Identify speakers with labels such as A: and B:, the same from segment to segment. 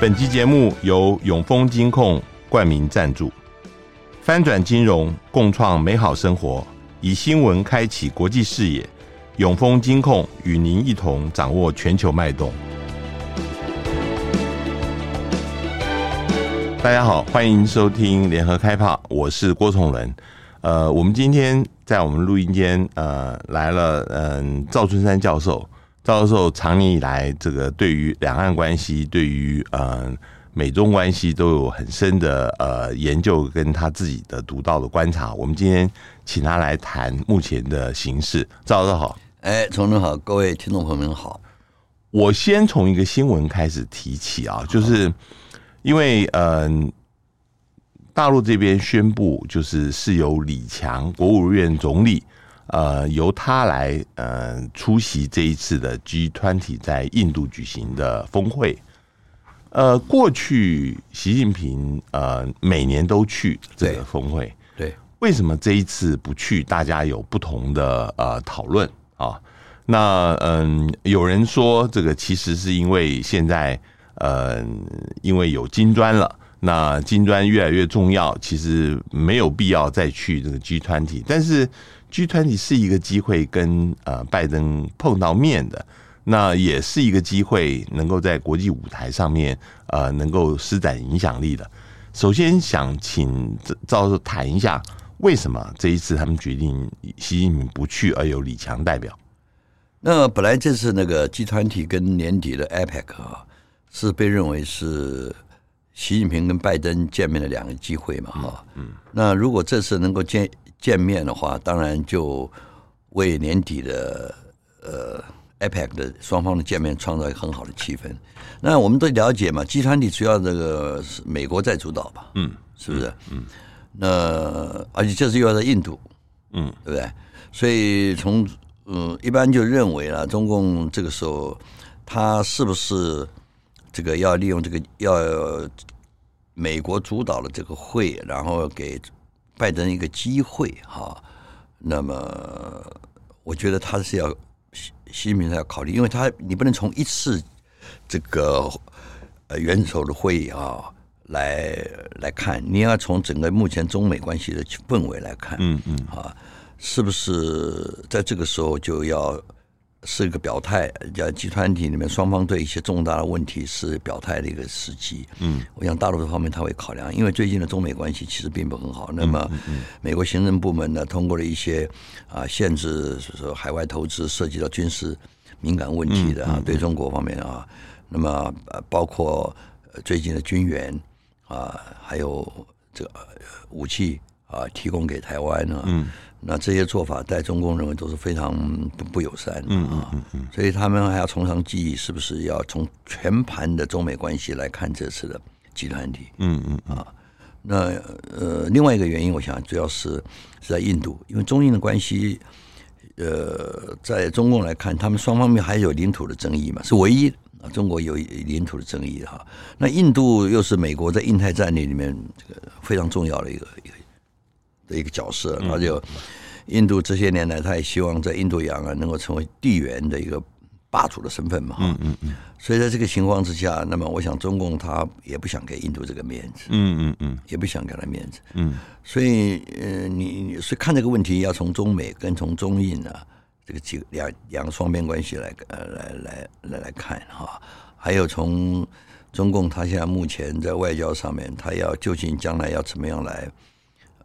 A: 本集节目由永丰金控冠名赞助，翻转金融，共创美好生活。以新闻开启国际视野，永丰金控与您一同掌握全球脉动。大家好，欢迎收听联合开炮，我是郭崇仁。呃，我们今天在我们录音间，呃，来了，嗯、赵春山教授。赵教授长年以来，这个对于两岸关系，对于呃美中关系都有很深的呃研究，跟他自己的独到的观察。我们今天请他来谈目前的形势。赵教授好，
B: 哎，崇仁好，各位听众朋友们好。
A: 我先从一个新闻开始提起啊，就是因为嗯、大陆这边宣布，就是是由李强国务院总理，呃，由他来呃出席这一次的 G 团体在印度举行的峰会。呃，过去习近平呃每年都去这个
B: 对
A: 峰会，
B: 对，
A: 为什么这一次不去？大家有不同的呃讨论啊。那嗯，有人说这个其实是因为现在嗯，因为有金砖了，那金砖越来越重要，其实没有必要再去这个 G 团体。但是 G 团体是一个机会跟呃拜登碰到面的，那也是一个机会能够在国际舞台上面呃能够施展影响力的。首先想请赵赵教授谈一下，为什么这一次他们决定习近平不去，而由李强代表？
B: 那本来这次那个集团体跟年底的 IPAC 啊，是被认为是习近平跟拜登见面的两个机会嘛，哈、嗯。那如果这次能够见见面的话，当然就为年底的呃 IPAC 的双方的见面创造一个很好的气氛。那我们都了解嘛，集团体主要这个是美国在主导吧，嗯，是不是？嗯。那而且这次又要在印度，
A: 嗯，
B: 对不对？所以从嗯，一般就认为啦，中共这个时候他是不是这个要利用这个要美国主导的这个会，然后给拜登一个机会哈、那么我觉得他是要习习近平他要考虑，因为他你不能从一次这个呃元首的会议啊来来看，你要从整个目前中美关系的氛围来看，嗯嗯啊，是不是在这个时候就要是一个表态，叫集团体里面双方对一些重大的问题是表态的一个时机。嗯，我想大陆这方面他会考量，因为最近的中美关系其实并不很好。那么，美国行政部门呢通过了一些啊限制，就是说海外投资涉及到军事敏感问题的啊，对中国方面啊，那么呃包括呃最近的军援啊，还有这个呃武器啊提供给台湾啊，嗯，那这些做法在中共认为都是非常不不友善的啊，嗯嗯所以他们还要从长计议，是不是要从全盘的中美关系来看这次的集团体？
A: 嗯嗯嗯
B: 那呃，另外一个原因，我想主要是是在印度，因为中印的关系，呃，在中共来看，他们双方面还有领土的争议嘛，是唯一啊，中国有领土的争议哈。那印度又是美国在印太战略里面这个非常重要的一个一个的一个角色，而且印度这些年来，他也希望在印度洋啊能够成为地缘的一个霸主的身份嘛，嗯嗯嗯。所以在这个情况之下，那么我想中共他也不想给印度这个面子，
A: 嗯嗯嗯
B: 也不想给他面子，
A: 嗯
B: 所以呃，你你所以看这个问题要从中美跟从中印啊这个几个两两个双边关系来呃来来来来看哈，还有从中共他现在目前在外交上面，他要究竟将来要怎么样来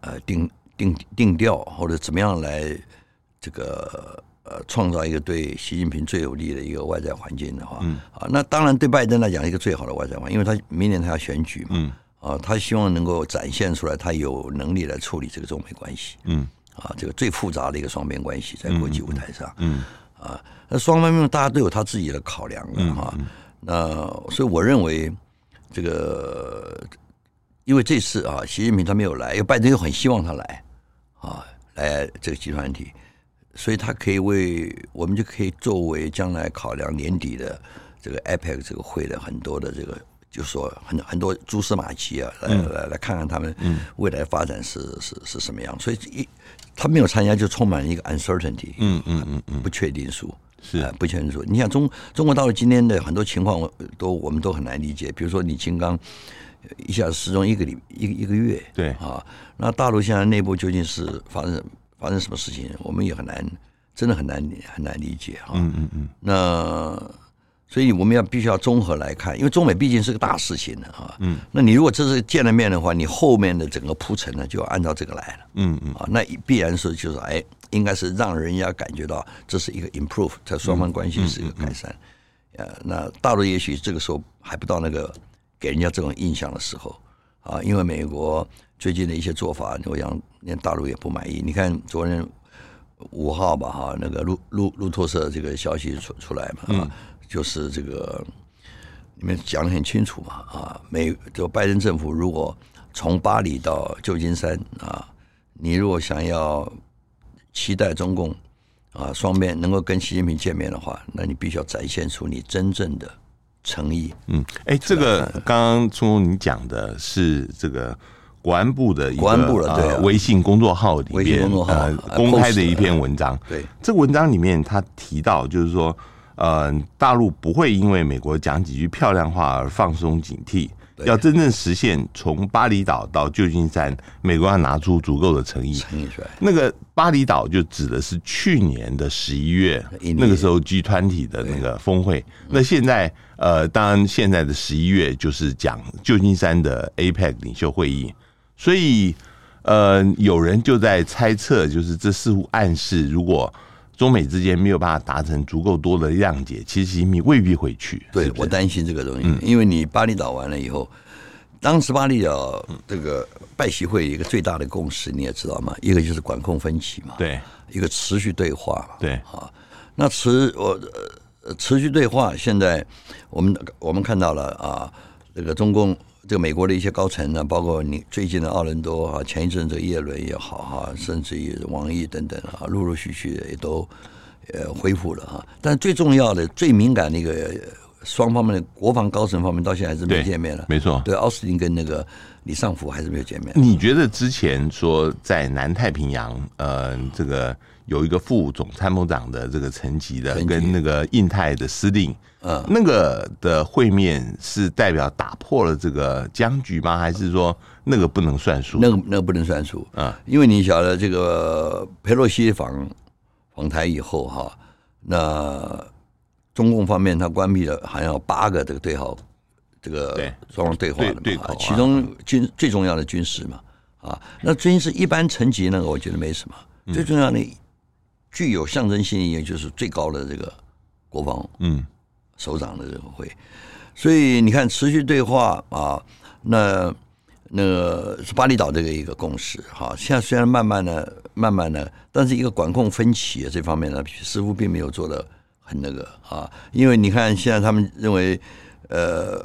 B: 呃定定定调，或者怎么样来这个呃创造一个对习近平最有利的一个外在环境的话，啊，那当然对拜登来讲一个最好的外在环境，因为他明年他要选举嘛，啊，他希望能够展现出来他有能力来处理这个中美关系，
A: 嗯
B: 啊，这个最复杂的一个双边关系在国际舞台上，
A: 嗯
B: 啊，那双方面大家都有他自己的考量的哈、那所以我认为，这个因为这次啊，习近平他没有来，因为拜登又很希望他来啊，来这个集团体，所以他可以为我们就可以作为将来考量年底的这个 IPAC 这个会的很多的这个。就说很很多蛛丝马迹啊，来来来看看他们未来发展是是是什么样，所以一他没有参加就充满一个 uncertainty，
A: 嗯嗯嗯嗯，
B: 不确定数。
A: 是
B: 呃不全说。你想中中国大陆今天的很多情况，我都我们都很难理解。比如说，你金刚呃一下子失踪一个礼一个一个月，
A: 对
B: 啊，那大陆现在内部究竟是发生发生什么事情，我们也很难，真的很难很难理解啊。
A: 嗯嗯嗯，
B: 那所以我们要必须要综合来看，因为中美毕竟是个大事情的啊。嗯，那你如果这次见了面的话，你后面的整个铺陈呢，就要按照这个来了。
A: 嗯嗯，
B: 啊，那必然是就是哎，应该是让人家感觉到这是一个 improve，在双方关系是一个改
A: 嗯
B: 善。呃，那大陆也许这个时候还不到那个给人家这种印象的时候啊，因为美国最近的一些做法，我想连大陆也不满意。你看昨天五号吧，哈，那个路路路透社这个消息出出来嘛，啊，就是这个里面讲的很清楚嘛，啊，美就拜登政府如果从巴黎到旧金山啊，你如果想要期待中共啊双边能够跟习近平见面的话，那你必须要展现出你真正的诚意。
A: 嗯，哎、这个刚刚聪聪你讲的是这个国安部的一个
B: 国安部了对啊
A: 呃微信公众号里
B: 微信
A: 边
B: 公众号
A: 呃
B: 呃
A: 公开
B: post
A: 的一篇文章。
B: 对，
A: 这个文章里面他提到，就是说，呃，大陆不会因为美国讲几句漂亮话而放松警惕，
B: 对
A: 要真正实现从巴厘岛到旧金山，美国要拿出足够的诚意。
B: 诚意出来。
A: 那个巴厘岛就指的是去年的十一月
B: 印，尼
A: 那个时候 G 团体的那个峰会。那现在呃，当然现在的十一月就是讲旧金山的 APEC 领袖会议，所以呃，有人就在猜测，就是这似乎暗示，如果中美之间没有办法达成足够多的谅解，其实习近平未必会去。
B: 对
A: 是嗯不
B: 我
A: 是
B: 担心这个东西，因为你巴厘岛完了以后，当时巴厘岛这个拜习会有一个最大的共识，你也知道嘛，一个就是管控分歧嘛，，
A: 对
B: 一个持续对话嘛，
A: 对
B: 啊，那持我呃持续对话，现在我们呃我们看到了啊，这个中共这个美国的一些高层呢，包括你最近的奥伦多啊，前一阵子叶伦也好哈、甚至于王毅等等啊，陆陆续续也都呃恢复了啊。但最重要的、最敏感的一个呃双方面的国防高层方面，到现在还是没
A: 对，
B: 见面了。
A: 没错。
B: 对，奥斯汀跟那个李尚福还是没有见面。
A: 你觉得之前说在南太平洋，呃，这个有一个副总参谋长的这个层级的，
B: 层级
A: 跟那个印太的司令，
B: 嗯，
A: 那个的会面是代表打破了这个僵局吗？还是说那个不能算数？
B: 那个那个不能算数
A: 啊，
B: 因为你晓得这个佩洛西访访台以后哈、那中共方面他关闭了好像有八个这个对号，这个
A: 对
B: 双方对话的嘛，
A: 对对口啊
B: 其中军最重要的军事嘛啊，那军事一般层级那个我觉得没什
A: 嗯
B: 么，最重要的具有象征性意义就是最高的这个国防
A: 嗯，
B: 首长的这个会，所以你看持续对话啊，那那个是巴厘岛这个一个共识哈。现在虽然慢慢的、慢慢的，但是一个管控分歧啊这方面呢，似乎并没有做的很那个啊，因为你看现在他们认为。呃，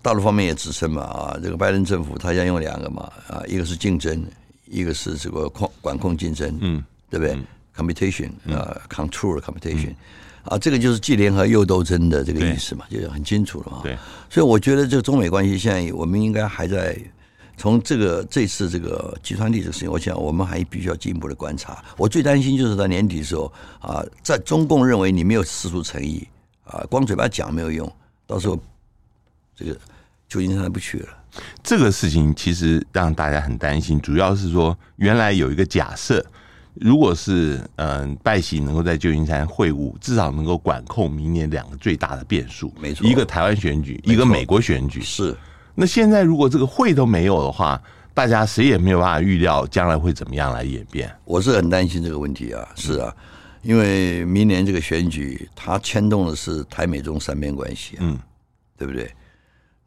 B: 大陆方面也支撑嘛啊，这个拜登政府他要用两个嘛啊，一个是竞争，一个是这个控管控竞争，嗯，对不对、c o m p u t a t i o n 啊、c o n t r o l computation，、啊，这个就是既联合又斗争的这个意思嘛，就是很清楚了嘛。
A: 对，
B: 所以我觉得这个中美关系现在我们应该还在从这个这次这个集团地这个事情，我想我们还必须要进一步的观察。我最担心就是在年底的时候啊，在中共认为你没有施出诚意啊，光嘴巴讲没有用，到时候这个旧金山不去了。
A: 这个事情其实让大家很担心，主要是说原来有一个假设，如果是嗯、拜习能够在旧金山会晤，至少能够管控明年两个最大的变数，
B: 没错
A: 一个台湾选举，一个美国选举，
B: 是，
A: 那现在如果这个会都没有的话，大家谁也没有办法预料将来会怎么样来演变。
B: 我是很担心这个问题啊，是啊，因为明年这个选举，它牵动的是台美中三边关系、啊，嗯，对不对？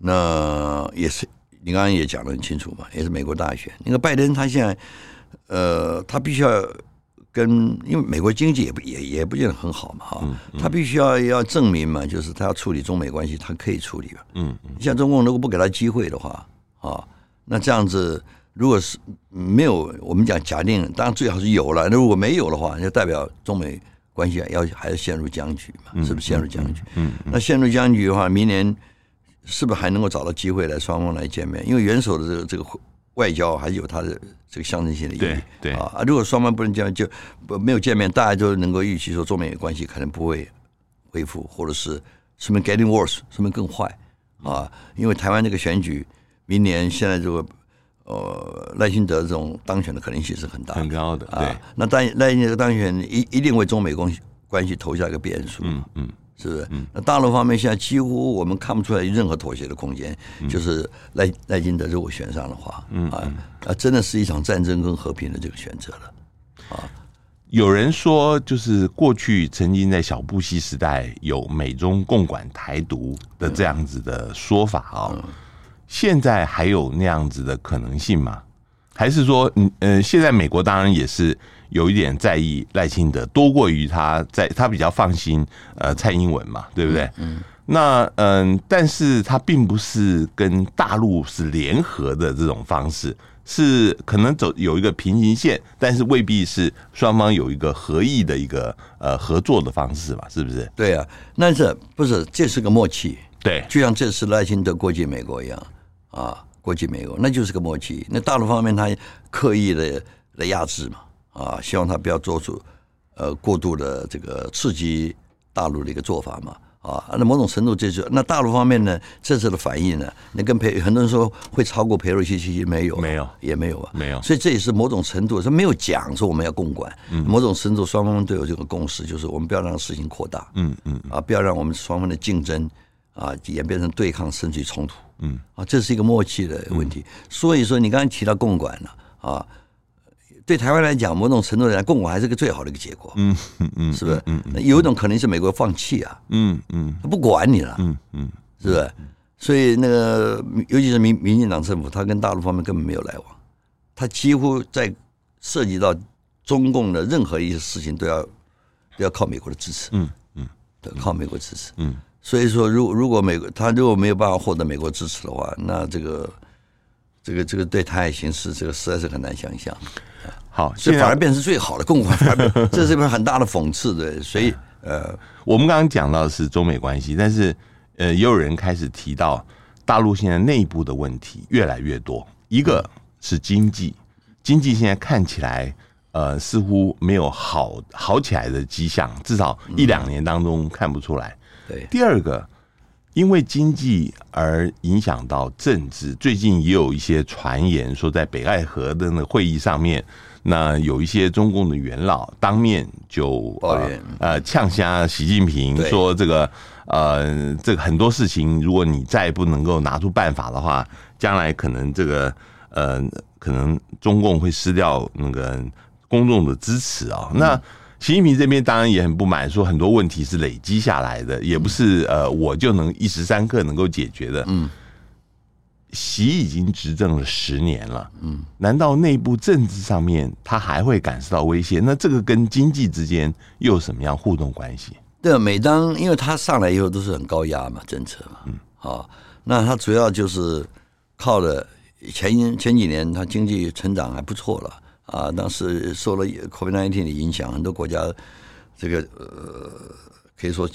B: 那也是你刚刚也讲得很清楚嘛，也是美国大选。那个拜登他现在，呃，他必须要跟，因为美国经济也不也也不见得很好嘛，哈、他必须要要证明嘛，就是他要处理中美关系，他可以处理嘛，啊
A: 嗯，
B: 你像中共如果不给他机会的话，啊，那这样子如果是没有，我们讲假定，当然最好是有了。如果没有的话，就代表中美关系要还要陷入僵局嘛，是不是陷入僵局？嗯，那陷入僵局的话，明年是不是还能够找到机会来双方来见面？因为元首的这个这个外交还是有它的这个象征性的意义。
A: 对对
B: 啊，如果双方不能见面，就不没有见面，大家就能够预期说中美关系可能不会恢复，或者是说明 getting worse，说明更坏啊。因为台湾这个选举，明年现在这个呃赖清德这种当选的可能性是很大的
A: 很高的，对
B: 啊，。那当赖清德当选一一定为中美关系关系投下一个变数，
A: 嗯嗯，
B: 是不是？那大陆方面现在几乎我们看不出来任何妥协的空间，
A: 嗯
B: 就是赖赖清德如果选上的话，啊啊，真的是一场战争跟和平的这个选择了。
A: 有人说，就是过去曾经在小布希时代有美中共管台独的这样子的说法哦，现在还有那样子的可能性吗？还是说，嗯呃，现在美国当然也是有一点在意赖清德，多过于他在他比较放心呃蔡英文嘛，对不对？嗯，那嗯、但是他并不是跟大陆是联合的这种方式，是可能走有一个平行线，但是未必是双方有一个合意的一个呃合作的方式吧？是不是？
B: 对啊，那是不是这是个默契？
A: 对，
B: 就像这次赖清德过境美国一样啊，过境美国那就是个默契。那大陆方面他刻意的来压制嘛啊，希望他不要做出呃过度的这个刺激大陆的一个做法嘛啊。那某种程度这就那大陆方面呢，这次的反应呢，那跟裴很多人说会超过裴洛西，其实没有，
A: 没有
B: 也没有啊，
A: 没有
B: 所以这也是某种程度，他没有讲说我们要共管，某种程度双方都有这个共识，就是我们不要让事情扩大，
A: 嗯嗯
B: 啊，不要让我们双方的竞争啊演变成对抗，甚至于冲突。
A: 嗯，
B: 啊，这是一个默契的问题。所以说，你刚才提到共管了啊，对台湾来讲，某种程度来讲，共管还是个最好的一个结果，
A: 嗯嗯嗯
B: 是不是？那有一种可能是美国放弃啊，
A: 嗯嗯
B: 他不管你了，
A: 嗯嗯，
B: 是不是？所以那个，尤其是民民进党政府，他跟大陆方面根本没有来往，他几乎在涉及到中共的任何一些事情都要都要靠美国的支持，
A: 嗯嗯
B: 对，靠美国支持。
A: 嗯，
B: 所以说，如如果美国他如果没有办法获得美国支持的话，那这个这个这个对台海形势这个实在是很难想象，
A: 好，
B: 所
A: 现
B: 以反而
A: 在
B: 变成最好的共和，反 而变这是一个很大的讽刺对，所以呃，
A: 我们刚刚讲到的是中美关系，但是呃，也有人开始提到大陆现在内部的问题越来越多，一个是经济，经济现在看起来。呃，似乎没有好好起来的迹象，至少
B: 嗯
A: 一两年当中看不出来。
B: 对
A: 第二个，因为经济而影响到政治，最近也有一些传言说，在北爱河的那个会议上面，那有一些中共的元老当面就
B: 抱怨
A: 呃呃呛瞎习近平，
B: 对
A: 说这个呃这个很多事情，如果你再不能够拿出办法的话，将来可能这个呃可能中共会失掉那个公众的支持啊、那习近平这边当然也很不满，说很多问题是累积下来的，也不是呃我就能一时三刻能够解决的。嗯，习已经执政了十年了，嗯，难道内部政治上面他还会感受到威胁？那这个跟经济之间又有什么样互动关系？
B: 对，啊每当因为他上来以后都是很高压嘛，政策嘛，嗯，啊，那他主要就是靠的前一前几年他经济成长还不错了啊，当时受了 COVID-19 的影响，很多国家这个呃可以说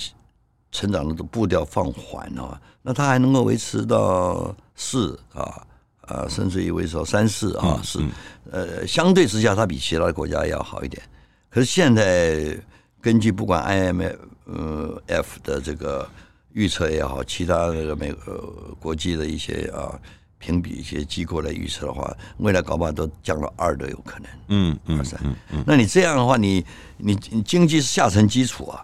B: 成长的步调放缓啊，那他还能够维持到四啊。啊，甚至于维持到三四啊，是，呃，相对之下，它比其他的国家要好一点。可是现在根据不管 IMF 呃 F 的这个预测也好，其他那个美呃国际的一些啊评比一些机构来预测的话，未来搞不好都降到二都有可能。
A: 嗯嗯
B: 二三。那你这样的话，你你你经济是下层基础啊，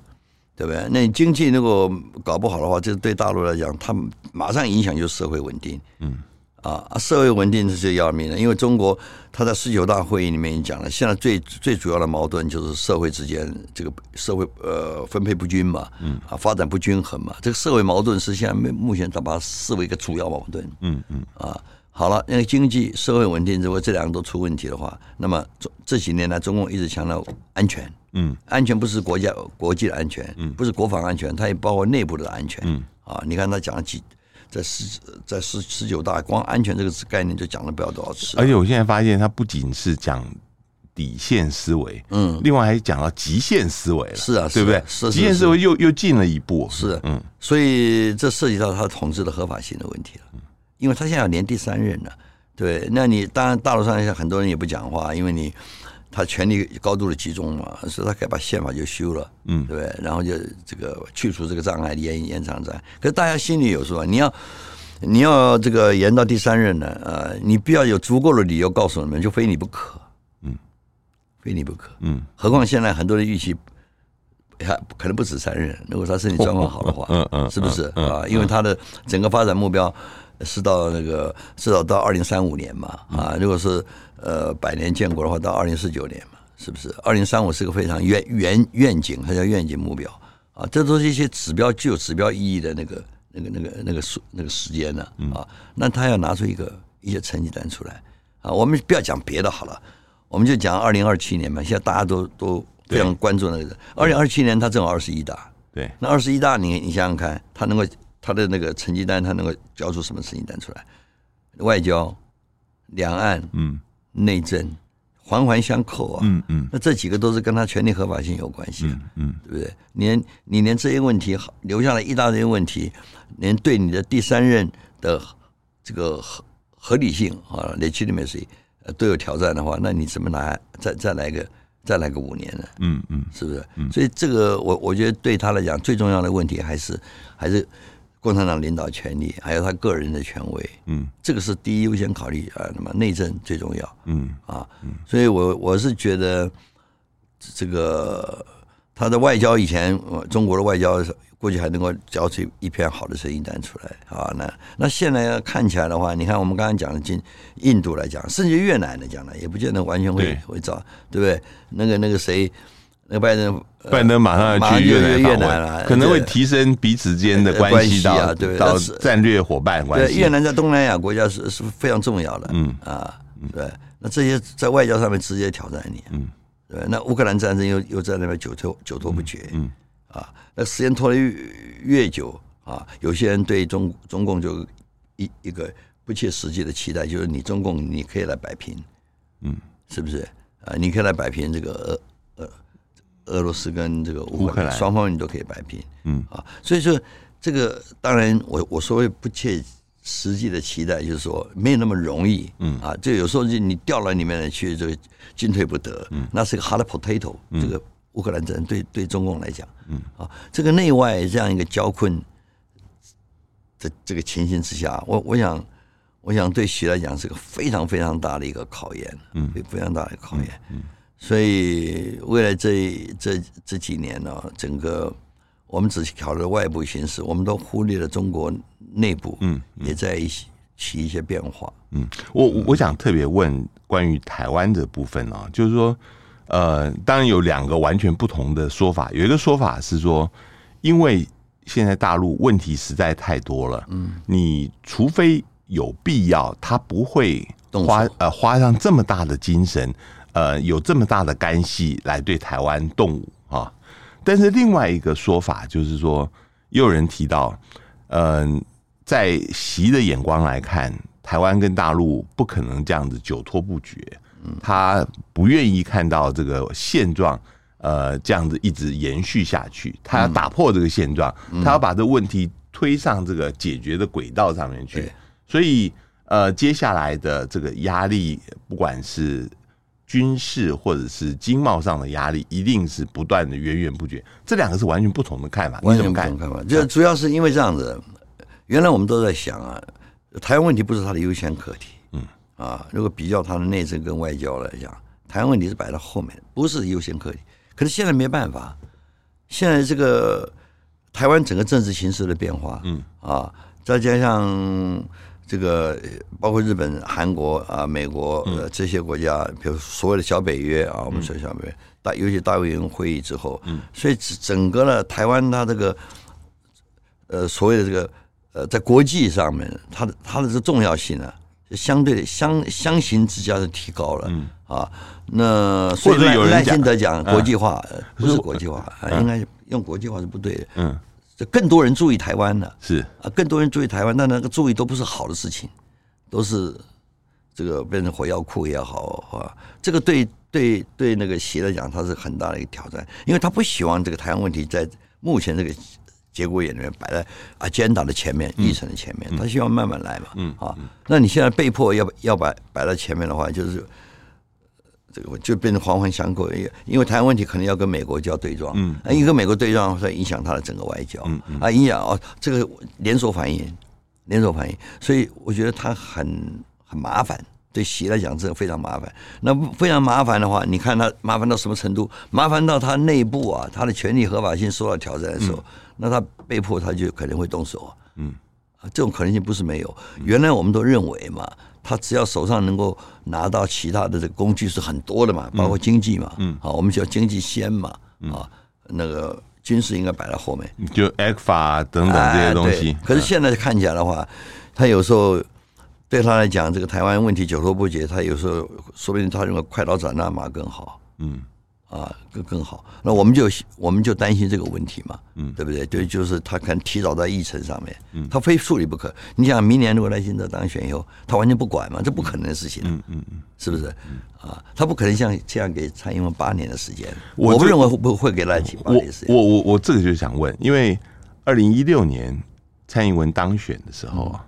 B: 对不对？那你经济如果搞不好的话，这对大陆来讲，它马上影响就是社会稳定。嗯。啊，啊社会稳定是最要命的，因为中国它在十九大会议里面已经讲了，现在最最主要的矛盾就是社会之间这个社会呃分配不均嘛，嗯，啊发展不均衡嘛，这个社会矛盾是现在目目前它把它视为一个主要矛盾，
A: 嗯嗯
B: 啊，好了，那个经济社会稳定，如果这两个都出问题的话，那么这这几年来，中共一直强调安全，
A: 嗯，
B: 安全不是国家国际的安全，嗯，不是国防安全，它也包括内部的安全，嗯，啊，你看他讲了几，在十在十十九大，光安全这个字概念就讲了不知道多少次，
A: 而且我现在发现，他不仅是讲底线思维，嗯，另外还讲到极限思维了，
B: 是啊是
A: 对
B: 啊
A: 不对？
B: 是是
A: 极限思维又又进了一步，
B: 是，
A: 嗯，
B: 所以这涉及到他统治的合法性的问题了，因为他现在要连第三任了，对，那你当然大陆上现在很多人也不讲话，因为你他权力高度的集中嘛，所以他可以把宪法就修了，嗯，对不对？然后就这个去除这个障碍，延延长障碍。可是大家心里有数啊，你要你要这个延到第三任呢，呃，你必要有足够的理由告诉你们，就非你不可，
A: 嗯，
B: 非你不可。
A: 嗯
B: 何况现在很多人预期还可能不止三任，如果他身体状况好的话，
A: 嗯嗯嗯
B: 是不是
A: 嗯
B: 啊？因为他的整个发展目标是到那个至少到二零三五年嘛，
A: 嗯
B: 啊，如果是呃百年建国的话，到二零四九年嘛，是不是？二零三五是个非常远远愿景，它叫愿景目标啊，这都是一些指标具有指标意义的那个那个那个那个数那个时间呢
A: 嗯
B: 啊那他要拿出一个一些成绩单出来啊，我们不要讲别的好了。我们就讲二零二七年嘛，现在大家都都非常关注那
A: 嗯
B: 个。二零二七年他正好二十一大，
A: 对，
B: 那二十一大你你想想看，他能够他的那个成绩单，他能够交出什么成绩单出来？外交、两岸、
A: 嗯
B: 内政，环环相扣啊。
A: 嗯嗯
B: 那这几个都是跟他权利合法性有关系、啊，
A: 嗯
B: 对不对？你连你连这些问题留下来一大堆问题，连对你的第三任的这个合合理性啊，legitimacy 呃都有挑战的话，那你怎么来再再来个再来个五年呢？
A: 嗯嗯
B: 是不是？所以这个我我觉得对他来讲最重要的问题还是还是共产党领导权力，还有他个人的权威，
A: 嗯
B: 这个是第一优先考虑啊。那么内政最重要，
A: 嗯
B: 啊，所以我我是觉得这个他的外交以前，呃中国的外交过去还能够交出一篇好的生意单出来啊，那那现在看起来的话，你看我们刚刚讲的印印度来讲，甚至越南来讲呢，也不见得完全会
A: 对
B: 会找，对不对？那个那个谁，那个拜登，呃
A: 拜登马上
B: 马
A: 要
B: 上
A: 去
B: 就
A: 越
B: 越
A: 南访
B: 南
A: 问，
B: 了
A: 可能会
B: 对
A: 提升彼此间的
B: 呃
A: 关
B: 关
A: 系
B: 系
A: 到、
B: 啊对
A: 到
B: 但是
A: 战略伙伴关
B: 对，
A: 系。啊
B: 越南在东南亚国家是是非常重要的，
A: 嗯
B: 啊，对，那这些在外交上面直接挑战你，
A: 嗯，
B: 对，那乌克兰战争又又在那边久拖久拖不决，
A: 嗯
B: 啊，那时间拖得越越久啊，有些人对中中共就一一个不切实际的期待，就是你中共你可以来摆平，
A: 嗯，
B: 是不是？啊，你可以来摆平这个俄呃俄俄罗斯跟这个乌
A: 乌
B: 克
A: 克
B: 兰
A: 兰
B: 双方你都可以摆平，
A: 嗯
B: 啊，所以说这个当然我我所谓不切实际的期待，就是说没有那么容易，
A: 嗯
B: 啊，就有时候就你掉到里面去，这个进退不得，嗯，那是个 hard potato，、这个乌克兰战对对中共来讲，嗯啊，这个内外这样一个交困的这个情形之下，我我想。我想对习来讲是个非常非常大的一个考验，嗯，非常大的考验，嗯，所以未来这这这几年呢、整个我们只考虑外部形势，我们都忽略了中国内部，嗯，也在一起起一些变化，
A: 嗯，我我我想特别问关于台湾这部分啊，就是说，呃，当然有两个完全不同的说法。有一个说法是说，因为现在大陆问题实在太多了，嗯，你除非有必要，他不会
B: 动
A: 花
B: 手
A: 呃花上这么大的精神，呃，有这么大的干系来对台湾动武啊。但是另外一个说法就是说，又有人提到，嗯、在习的眼光来看，台湾跟大陆不可能这样子久拖不决，他不愿意看到这个现状。呃，这样子一直延续下去，他要打破这个现状，他要把这问题推上这个解决的轨道上面去
B: 对。
A: 所以，呃，接下来的这个压力，不管是军事或者是经贸上的压力，一定是不断的源源不绝。这两个是完全不同的看法，你
B: 完
A: 怎么
B: 全不
A: 看嗯
B: 同？看法。这主要是因为这样子，原来我们都在想啊，台湾问题不是他的优先课题，嗯啊，如果比较他的内政跟外交来讲，台湾问题是摆到后面，不是优先课题。可是现在没办法，现在这个台湾整个政治形势的变化，嗯啊，再加上这个呃包括日本、韩国啊、美国
A: 嗯
B: 呃这些国家，比如所谓的小北约啊，我们说小北约，大尤其大卫营会议之后，嗯，所以整整个呢，台湾它这个呃所谓的这个呃在国际上面，它的它的这重要性呢、啊相对的相相形之下是提高了，嗯啊，那所以
A: 或者有人
B: 赖赖
A: 讲嗯
B: 清德讲国际化、呃不是国际化，呃应该用国际化是不对的，
A: 嗯，
B: 这更多人注意台湾了。
A: 是
B: 啊，更多人注意台湾，但那个注意都不是好的事情，都是这个变成火药库也好啊，这个对对对那个习来讲，他是很大的一个挑战，因为他不希望这个台湾问题在目前这个节骨眼里面摆在啊监党的前面、议程的前面，他希望慢慢来嘛，嗯啊，那你现在被迫要要摆摆在前面的话，就是这个问就变成环环相扣，因为因为台湾问题可能要跟美国就要对撞，嗯，啊，一个美国对撞会影响它的整个外交，嗯嗯，啊，影响哦，这个连锁反应，连锁反应，所以我觉得它很很麻烦，对习来讲这个非常麻烦。那非常麻烦的话，你看它麻烦到什么程度？麻烦到它内部啊，它的权利合法性受到挑战的时候，那它被迫它就可能会动手啊，
A: 嗯
B: 啊，这种可能性不是没有。原来我们都认为嘛，他只要手上能够拿到其他的这个工具是很多的嘛，包括经济嘛，嗯，好，我们叫经济先嘛，
A: 嗯
B: 啊，那个军事应该摆在后面，
A: 就 a 法等等这些东西嗯
B: 哎对。可是现在看起来的话，他有时候对他来讲，这个台湾问题久拖不决，他有时候说不定他认为快刀斩乱麻更好。
A: 嗯
B: 啊，更更好。那我们就我们就担心这个问题嘛，
A: 嗯
B: 对不对？对，就是他可能提早在议程上面，嗯，他非处理不可。你想，明年如果赖清德当选以后，他完全不管嘛，这不可能的事情，啊
A: 嗯嗯嗯，
B: 是不是？啊，他不可能像这样给蔡英文八年的时间，
A: 我
B: 我不
A: 这
B: 认为会不会给赖清八
A: 我
B: 年的时间。
A: 我我我这个就想问，因为二零一六年蔡英文当选的时
B: 嗯
A: 候啊，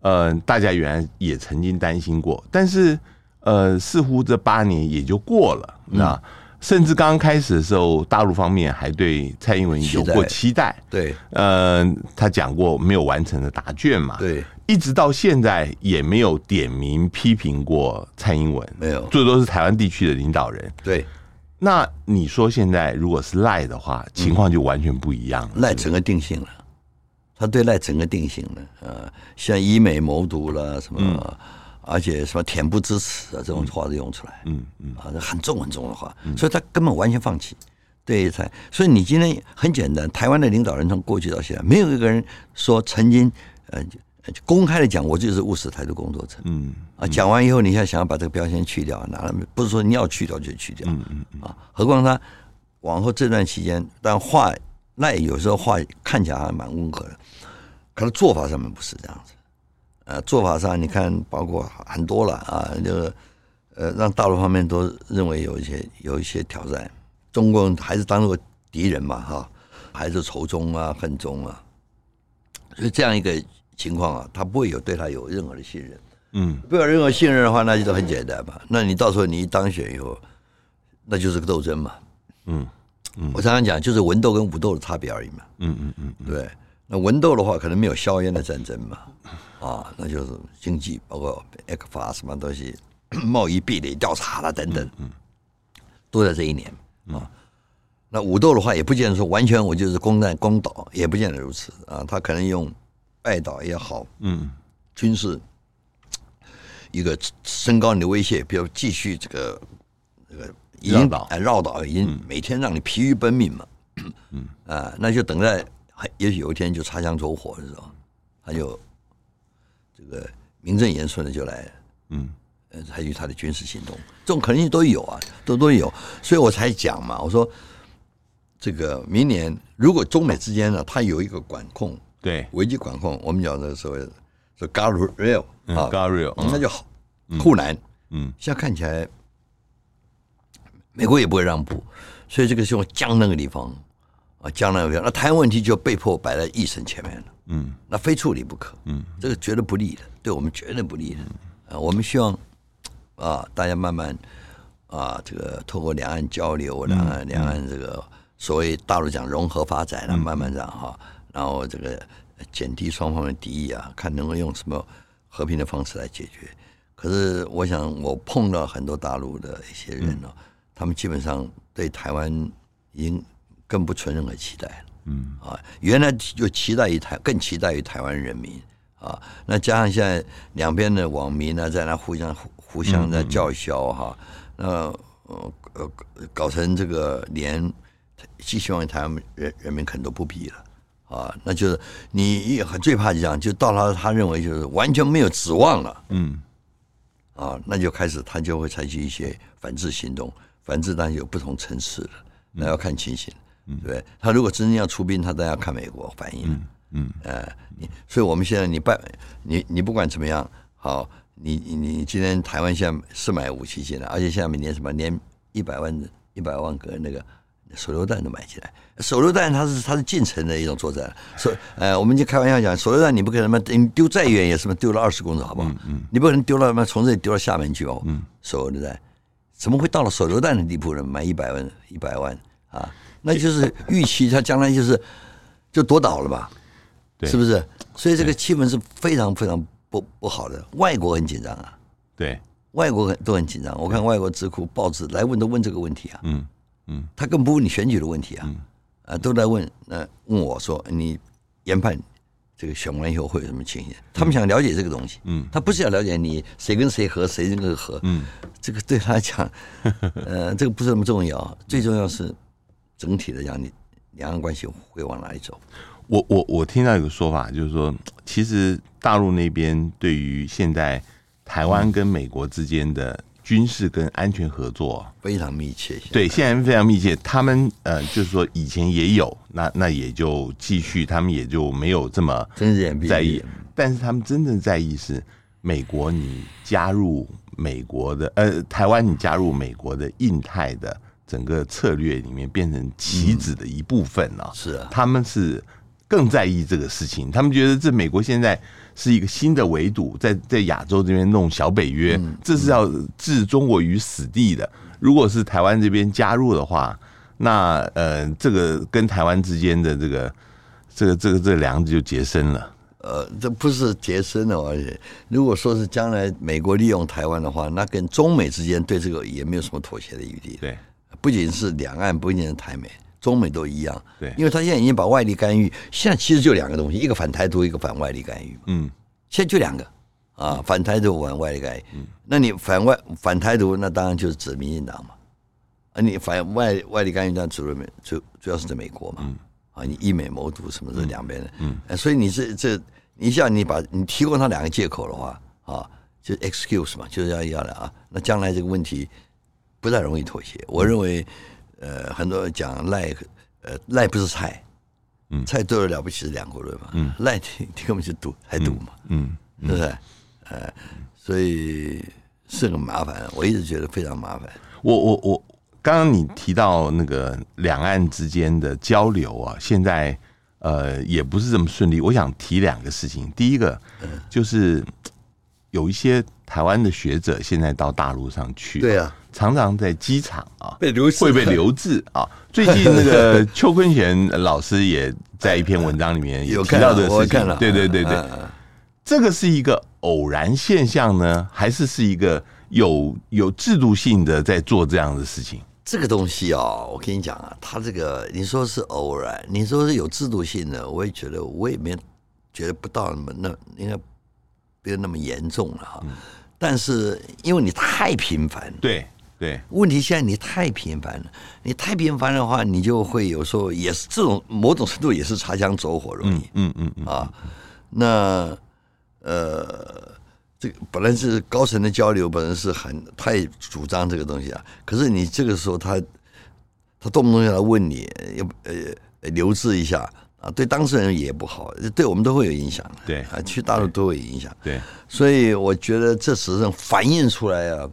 A: 呃，大家原来也曾经担心过，但是呃，似乎这八年也就过了。那
B: 嗯
A: 甚至刚刚开始的时候，大陆方面还对蔡英文有过期待，
B: 对
A: 呃，他讲过没有完成的答卷嘛，
B: 对，
A: 一直到现在也没有点名批评过蔡英文，
B: 没有
A: 最多是台湾地区的领导人。
B: 对，
A: 那你说现在如果是赖的话，情况就完全不一样了。
B: 赖整个定性了，他对赖整个定性了。呃，像以美谋独了什么，
A: 嗯
B: 而且什么恬不知耻啊，这种话都用出来。
A: 嗯嗯
B: 啊，很重很重的话，所以他根本完全放弃。对台，所以你今天很简单，台湾的领导人从过去到现在，没有一个人说曾经呃就就公开的讲我就是务实台独工作者
A: 嗯
B: 啊。讲完以后，你要想要把这个标签去掉，拿了不是说你要去掉就去掉
A: 嗯嗯嗯
B: 啊。何况他往后这段期间，但话那有时候话看起来还蛮温和的，可是做法上面不是这样子。呃，做法上你看，包括很多了啊，这个呃，让大陆方面都认为有一些有一些挑战，中共还是当做敌人嘛哈，还是仇中啊、恨中啊，所以这样一个情况啊，他不会有对他有任何的信任。
A: 嗯
B: 不要任何信任的话，那就很简单嘛。那你到时候你一当选以后，那就是个斗争嘛。
A: 嗯
B: 我常常讲，就是文斗跟武斗的差别而已嘛。
A: 嗯嗯嗯嗯
B: 对，那文斗的话，可能没有硝烟的战争嘛，啊，那就是经济，包括 a c 法什么东西， 贸易壁垒调查啦等等，嗯，都在这一年啊。那武斗的话，也不见得说完全我就是攻占攻倒，也不见得如此啊。他可能用拜倒也好，
A: 嗯
B: 军事一个升高你的威胁，比如继续这个这个已经
A: 绕嗯岛
B: 哎绕岛已经每天让你疲于奔命嘛，嗯啊，那就等待，也许有一天就擦枪走火的时候，他就这个名正言顺的就来了。
A: 嗯
B: 呃，采取他的军事行动，这种可能性都有啊，都都有，所以我才讲嘛，我说这个明年如果中美之间呢，它有一个管控，
A: 对，
B: 危机管控，我们讲的所谓的是 guardrail
A: 嗯
B: 啊
A: g a r i
B: 那
A: l
B: 就好。护栏
A: 嗯
B: 现在看起来，美国也不会让步，所以这个是用江那个地方啊，江那个地方，那台湾问题就被迫摆在议程前面了，
A: 嗯
B: 那非处理不可。
A: 嗯，
B: 这个绝对不利的，对我们绝对不利的。啊，我们希望啊，大家慢慢啊，这个透过两岸交流，两岸两岸这个所谓大陆讲融合发展啊，慢慢这样哈，然后这个减低双方的敌意啊，看能够用什么和平的方式来解决。可是我想，我碰到很多大陆的一些人呢、他们基本上对台湾已经更不存任何期待了。
A: 嗯
B: 啊，原来就期待于台，更期待于台湾人民啊。那加上现在两边的网民呢，在那互相互互相在叫嚣哈，那呃呃搞成这个连寄希望台湾人人民可能都不必了啊。那就是你一最怕就这样，就到他他认为就是完全没有指望了。
A: 嗯
B: 啊，那就开始他就会采取一些反制行动，反制当然有不同层次了，那要看情形，对不对？他如果真正要出兵，他当然要看美国反应了，
A: 嗯
B: 呃，你所以我们现在你拜你你不管怎么样，好，你你你今天台湾现在是买武器进来，而且现在每年什么连一百万一百万个那个手榴弹都买进来。手榴弹它是它是近程的一种作战，手呃，我们就开玩笑讲，手榴弹你不可能嘛，你丢再远也是嘛，丢了二十公里好不好？嗯，你不可能丢到嘛，从这里丢到厦门去哦，嗯，手榴弹怎么会到了手榴弹的地步呢？买一百万一百万啊，那就是预期他将来就是就夺岛了吧？
A: 对
B: 是不是？所以这个气氛是非常非常不不好的。外国很紧张啊，
A: 对，
B: 外国很都很紧张。我看外国智库报纸来问都问这个问题啊，
A: 嗯嗯，
B: 他更不问你选举的问题啊，啊，都来问，呃，问我说你研判这个选完以后会有什么情形？他们想了解这个东西，
A: 嗯，
B: 他不是要了解你谁跟谁合，谁跟谁合，
A: 嗯，
B: 这个对他来讲， 呃，这个不是那么重要，最重要是整体的讲，你两岸关系会往哪里走？
A: 我我我听到有个说法，就是说，其实大陆那边对于现在台湾跟美国之间的军事跟安全合作，
B: 非常密切，
A: 对，现在非常密切。他们呃，就是说以前也有，那那也就继续，他们也就没有这么
B: 睁着眼闭着
A: 在意
B: 眼。。
A: 但是他们真正在意是美国，你加入美国的呃台湾，你加入美国的印太的整个策略里面，变成棋子的一部分啊。
B: 是啊，
A: 他们是更在意这个事情，他们觉得这美国现在是一个新的围堵，在在亚洲这边弄小北约，这是要置中国于死地的。如果是台湾这边加入的话，那呃，这个跟台湾之间的这个这个这个这个梁子就结深了。
B: 呃，这不是杰森的而且如果说是将来美国利用台湾的话，那跟中美之间对这个也没有什么妥协的余地。
A: 对
B: 不仅是两岸，不仅是台美，中美都一样。
A: 对
B: 因为他现在已经把外力干预，现在其实就两个东西，一个反台独，一个反外力干预。
A: 嗯，
B: 现在就两个啊，反台独、反外力干预。那你反外反台独，那当然就是指民进党嘛。啊，你反外外力干预，那主要美主主要是指美国嘛。啊，你以美谋独什么这两边的。嗯、所以你这这一下你把你提供他两个借口的话啊，就是 excuse 嘛，就是要要了啊。那将来这个问题不太容易妥协。我认为，呃，很多人讲赖，呃，赖不是菜，
A: 嗯
B: 菜多了了不起是两国论嘛，嗯，赖 听听我们是赌，还赌嘛，
A: 嗯，
B: 是不是？呃，所以是个麻烦，我一直觉得非常麻烦。
A: 我我我，刚刚你提到那个两岸之间的交流啊，现在呃也不是这么顺利。我想提两个事情，第一个
B: 嗯
A: 就是有一些台湾的学者现在到大陆上去，
B: 对啊，
A: 常常在机场啊
B: 被留置
A: 会被留置 啊。最近那个邱坤贤老师也在一篇文章里面也
B: 有
A: 提
B: 看
A: 到
B: 到
A: 这个
B: 我
A: 事
B: 看
A: 情
B: 了，，
A: 对对对对，
B: 嗯，嗯
A: 这个是一个偶然现象呢，还是是一个有有制度性的在做这样的事情？
B: 这个东西哦，我跟你讲啊，他这个你说是偶然，你说是有制度性的，我也觉得我也没觉得不到那么那应该没有那么严重了哈。但是因为你太频繁了，
A: 对对
B: 问题现在你太频繁了，你太频繁的话，你就会有时候也是这种某种程度也是擦枪走火，容易。
A: 嗯嗯嗯，
B: 啊，那呃，这个本来是高层的交流，本来是很太主张这个东西啊。可是你这个时候他他动不动就来问你，要不呃留置一下啊，对当事人也不好，对我们都会有影响的。
A: 对
B: 啊，去大陆都会有影响。
A: 对，
B: 所以我觉得这只是反映出来啊，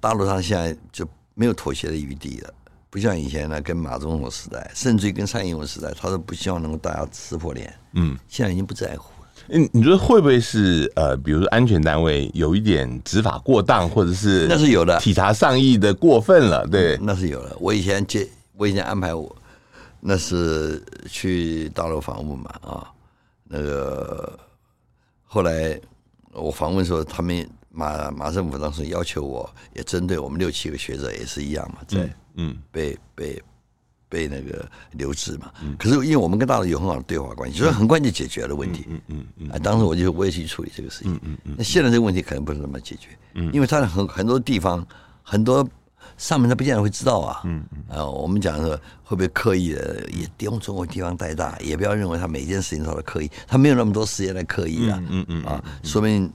B: 大陆上现在就没有妥协的余地了。不像以前呢，跟马总统时代，甚至于跟蔡英文时代，他都不希望能够大家撕破脸。
A: 嗯，
B: 现在已经不在乎了。
A: 你你觉得会不会是呃，比如说安全单位有一点执法过当，或者是
B: 那是呃有的
A: 体察上意的过分了？对，
B: 那是有了。我以前接，我以前安排我，那是去大陆访问嘛啊，那个后来我访问的时候，他们马马政府当时要求我，也针对我们六七个学者也是一样嘛，在
A: 嗯
B: 被被被那个留置嘛。可是因为我们跟大陆有很好的对话关系，所以很快就解决了问题。
A: 嗯嗯嗯
B: 啊，当时我就我也去处理这个事情。那现在这个问题可能不是那么解决，
A: 嗯
B: 因为它的很很多地方很多上面他不见得会知道啊。嗯啊，我们讲说会不会刻意的也用中国地方太大，也不要认为他每件事情他都刻意，他没有那么多时间来刻意啊。
A: 嗯嗯
B: 啊，说明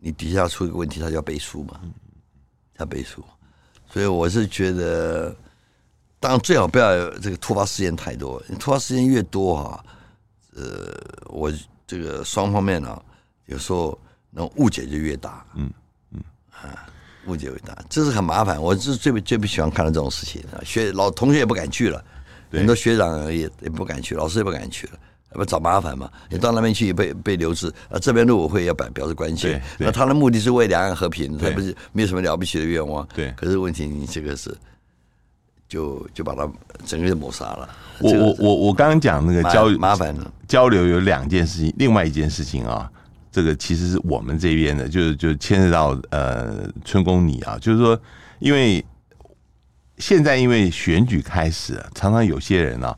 B: 你底下出一个问题，他就要背书嘛，他背书。所以我是觉得，当然最好不要有这个突发事件太多，突发事件越多哈、呃，我这个双方面呢、有时候那种误解就越大，啊
A: 嗯
B: 误解越大，这是很麻烦。我是最不最不喜欢看到这种事情啊，学老同学也不敢去了，
A: 对
B: 很多学长也也不敢去，老师也不敢去了，不找麻烦嘛？你到那边去被被留置啊，这边陆委会要表表示关心
A: 对。对
B: 那他的目的是为两岸和平，他
A: 对
B: 不是没有什么了不起的愿望。
A: 对
B: 可是问题你这个是，就就把他整个抹杀了。
A: 我
B: 这个
A: 我我我刚刚讲那个
B: 麻
A: 交
B: 麻烦了，
A: 交流有两件事情，另外一件事情啊，这个其实是我们这边的，就是就牵涉到呃春宫你啊，就是说，因为现在因为选举开始啊，常常有些人啊，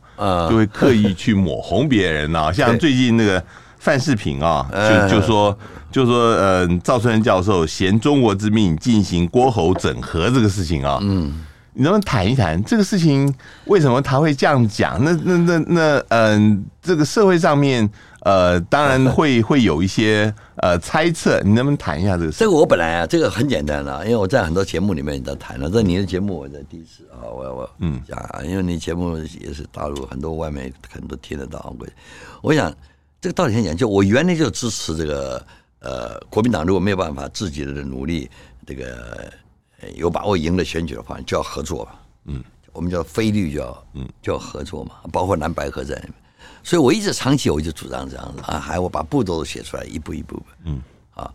A: 就会刻意去抹红别人啊，像最近那个范世平啊，就就说就说呃赵春仁教授嫌中国之命进行郭侯整合这个事情啊，嗯。你能不能谈一谈这个事情？为什么他会这样讲？那那那那，嗯、这个社会上面，呃，当然会会有一些呃猜测。你能不能谈一下这个事？
B: 这个我本来啊，这个很简单了、因为我在很多节目里面也在谈了。这你的节目我在第一次啊，我我嗯讲啊，因为你节目也是大陆很多外面很多听得到。我我想这个道理很简单，就我原来就支持这个呃国民党，如果没有办法自己的努力，这个呃有把握赢了选举的话，就要合作吧。嗯，我们叫非律就要嗯就要合作嘛，包括蓝白合在里面。所以我一直长期我就主张这样子啊，还我把步骤都写出来，一步一步。嗯啊，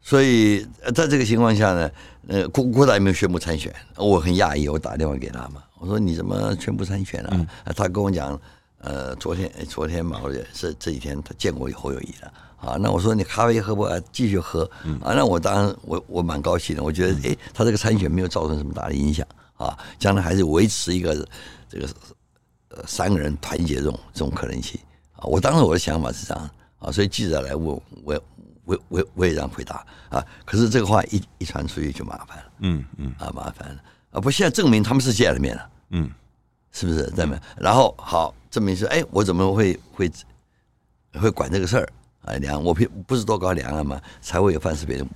B: 所以呃在这个情况下呢，呃，郭郭台铭宣布参选，我很讶异，我打电话给他嘛，我说你怎么宣布参选啊？啊他跟我讲，呃，昨天哎昨天嘛，或者这这几天他见过侯友谊了。啊，那我说你咖啡喝不喝？啊继续喝啊！那我当然我我蛮高兴的，我觉得哎，他这个参选没有造成什么大的影响啊，将来还是维持一个这个呃三个人团结这种这种可能性啊。我当时我的想法是这样啊，所以记者来问我，我我我我也这样回答啊。可是这个话一一传出去就麻烦了，
A: 嗯嗯
B: 啊麻烦了啊！不，现在证明他们是见了面了，
A: 嗯，
B: 是不是？证明，然后好证明说，哎，我怎么会会会管这个事儿啊？两我不不是多高两岸嘛，才会有范世别的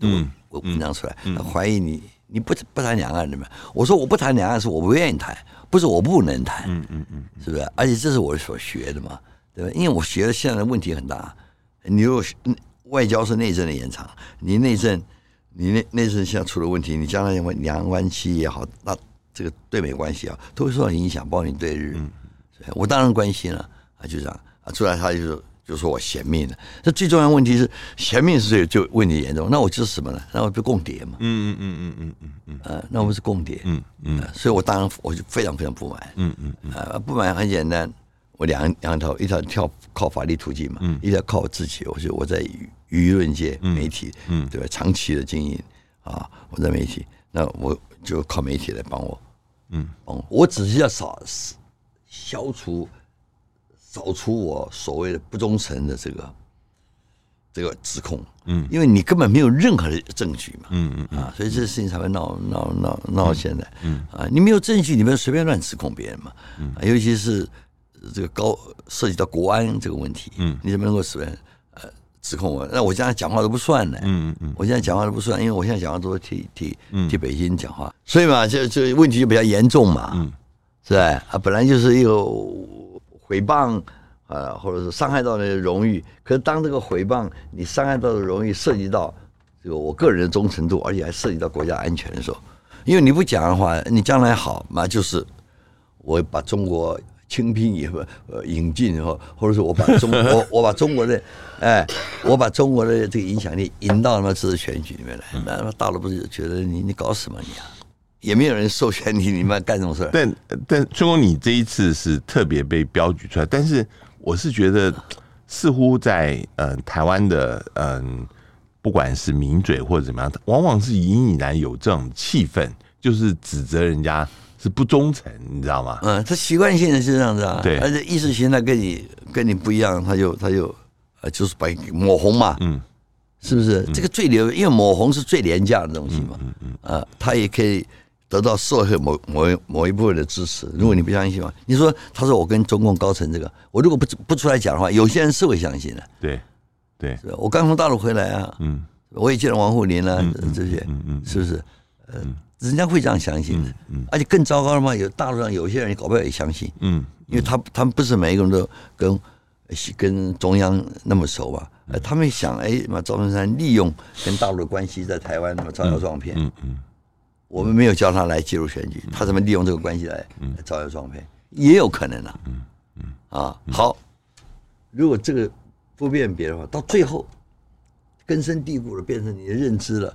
B: 嗯文文章出来，他怀疑你你不不谈两岸的嘛？我说我不谈两岸是我不愿意谈，不是我不能谈，嗯嗯嗯，是不是？而且这是我所学的嘛，对吧？因为我学的现在的问题很大，你如果学嗯外交是内政的延长，你内政你内内政现在出了问题，你将来两岸两岸关系也好，那这个对美关系啊都会受到影响，包括你对日，是吧我当然关心了啊，就这样啊，出来他就说就说我嫌命了。这最重要的问题是嫌命是最就问题严重，那我就是什么呢？那我就共谍嘛，
A: 嗯嗯嗯嗯嗯嗯
B: 呃，那我们是共谍，嗯嗯、所以我当然我就非常非常不满，嗯嗯呃，不满很简单，我两两条，一条跳靠法律途径嘛，嗯，一条靠我自己，我就我在舆舆论界、媒体，嗯，对吧？长期的经营啊，我在媒体，那我就靠媒体来帮我，嗯，帮我，我只是要扫消除扫除我所谓的不忠诚的这个这个指控，嗯，因为你根本没有任何的证据嘛，嗯嗯啊，所以这事情才会闹闹闹闹到现在，嗯啊，你没有证据，你不能随便乱指控别人嘛，嗯、啊，尤其是呃这个高涉及到国安这个问题，嗯，你怎么能够随便呃指控我？那我现在讲话都不算呢，嗯嗯，我现在讲话都不算，因为我现在讲话都是替替替北京讲话，所以嘛，就就问题就比较严重嘛，嗯，是吧？啊，本来就是一个毁谤。啊，或者是伤害到你的荣誉，可是当这个毁谤你伤害到的荣誉涉及到这个我个人的忠诚度，而且还涉及到国家安全的时候，因为你不讲的话，你将来好嘛就是我把中国清兵以后呃引进以后，或者是我把中我我把中国的哎，我把中国的这个影响力引到他妈这次选举里面来，那那大陆不是觉得你你搞什么你啊？也没有人授权你，你们干这种事儿。
A: 但但春宫，你这一次是特别被标举出来，但是我是觉得，似乎在呃台湾的嗯、不管是名嘴或者怎么样，往往是隐隐然有这种气氛，就是指责人家是不忠诚，你知道吗？
B: 嗯，他习惯性的是这样子啊，
A: 对
B: 而且意识形态跟你跟你不一样，他就他就呃就是把你给抹红嘛，
A: 嗯，
B: 是不是？这个最廉，因为抹红是最廉价的东西嘛，嗯嗯，啊，他也可以得到社会某某一某一部分的支持。如果你不相信嘛，你说他说我跟中共高层这个，我如果不不出来讲的话，有些人是会相信的，
A: 对对，
B: 是吧？我刚从大陆回来啊，
A: 嗯
B: 我也见了王沪宁啊，这些，
A: 嗯嗯
B: 是不是？呃，人家会这样相信的，而且更糟糕的嘛，有大陆上有些人搞不好也相信，
A: 嗯
B: 因为他他们不是每一个人都跟跟中央那么熟嘛，呃他们想哎嘛，赵本山利用跟大陆的关系在台湾嘛招摇撞骗，
A: 嗯嗯，
B: 我们没有叫他来介入选举，他怎么利用这个关系来来招摇撞骗，也有可能啊，啊，好，如果这个不辨别的话，到最后根深蒂固了，变成你的认知了。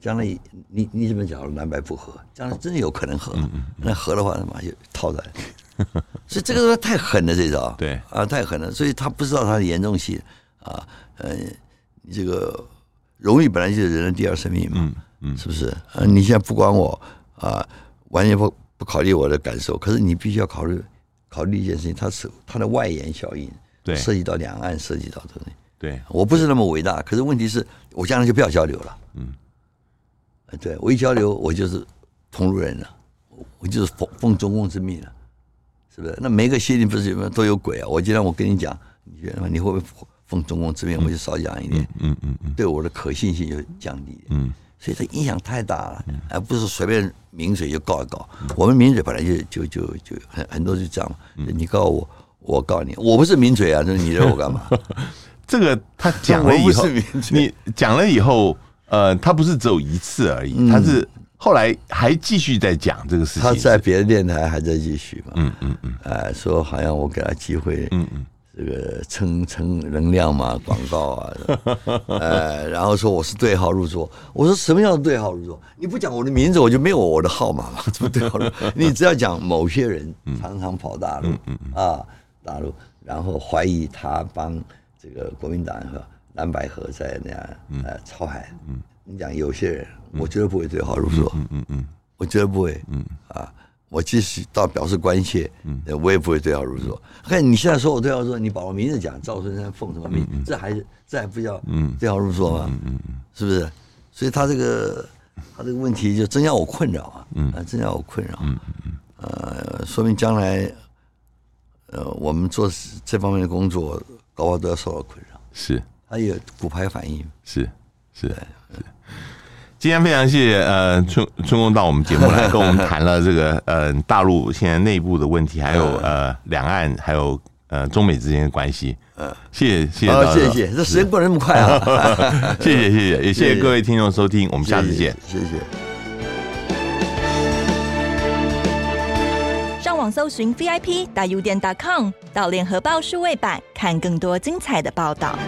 B: 将来你你怎么讲南北不合？将来真的有可能合，那合的话，他妈就套在。所以这个东西太狠了，这招
A: 对
B: 啊，太狠了。所以他不知道它的严重性啊，呃，你这个荣誉本来就是人的第二生命嘛，嗯嗯，是不是？啊，你现在不管我啊，完全不不考虑我的感受，可是你必须要考虑考虑一件事情，它是它的外延效应，
A: 对
B: 涉及到两岸，涉及到这个东西。
A: 对，
B: 我不是那么伟大，可是问题是我将来就不要交流了。嗯，对我一交流，我就是同路人了，我我就是奉奉中共之命了，是不是？那每个协定不是有没有都有鬼啊？我今天我跟你讲，你觉得吗你会不会奉奉中共之命？我就少讲一点，
A: 嗯嗯嗯
B: 对我的可信性就降低一点。
A: 嗯，
B: 所以这影响太大了，而不是随便名嘴就告一告。
A: 嗯
B: 我们名嘴本来就就就就很很多就这样嘛，你告我，我告你，我不是名嘴啊，这你惹我干嘛？
A: 这个他讲了
B: 我
A: 以
B: 不是
A: 后
B: 民，粹
A: 你讲了以后，呃，他不是只有一次而已，他是后来还继续在讲这个事情。
B: 嗯他在别的电台还在继续嘛，
A: 嗯嗯嗯
B: 哎，说好像我给他机会，
A: 嗯嗯，
B: 这个蹭蹭能量嘛，广告啊， 呃，然后说我是对号入座，我说什么样的对号入座？你不讲我的名字，我就没有我的号码嘛， 怎么对号入座？你只要讲某些人
A: 嗯
B: 常常跑大陆、啊，大陆，然后怀疑他帮这个国民党和蓝白河在那样
A: 嗯
B: 呃操海，你讲有些人，我绝对不会对号入座，
A: 嗯嗯嗯，
B: 我绝对不会，嗯啊，我即使到表示关切，嗯，我也不会对号入座。嘿，你现在说我对号入座，你把我名字讲赵春山奉什么命，这还是这还不叫对号入座吗？嗯嗯是不是？所以他这个他这个问题就真让我困扰啊，嗯，啊，真让我困扰，嗯嗯呃，说明将来，呃，我们做这方面的工作，搞不好都要受到困扰。
A: 是。
B: 他也骨牌反应，
A: 是是是。今天非常谢谢呃春春工到我们节目来跟我们谈了这个呃大陆现在内部的问题，还有
B: 嗯
A: 呃两岸还有呃中美之间的关系。嗯，谢谢谢谢
B: 啊、
A: 赵
B: 谢
A: 总
B: 谢，这时间过得那么快啊，
A: 谢谢谢谢也谢谢各位听众收听，我们 下次见。
B: 谢谢，谢谢。
C: 上网搜寻 VIP 大 U 店 .com 到联合报数位版，看更多精彩的报道。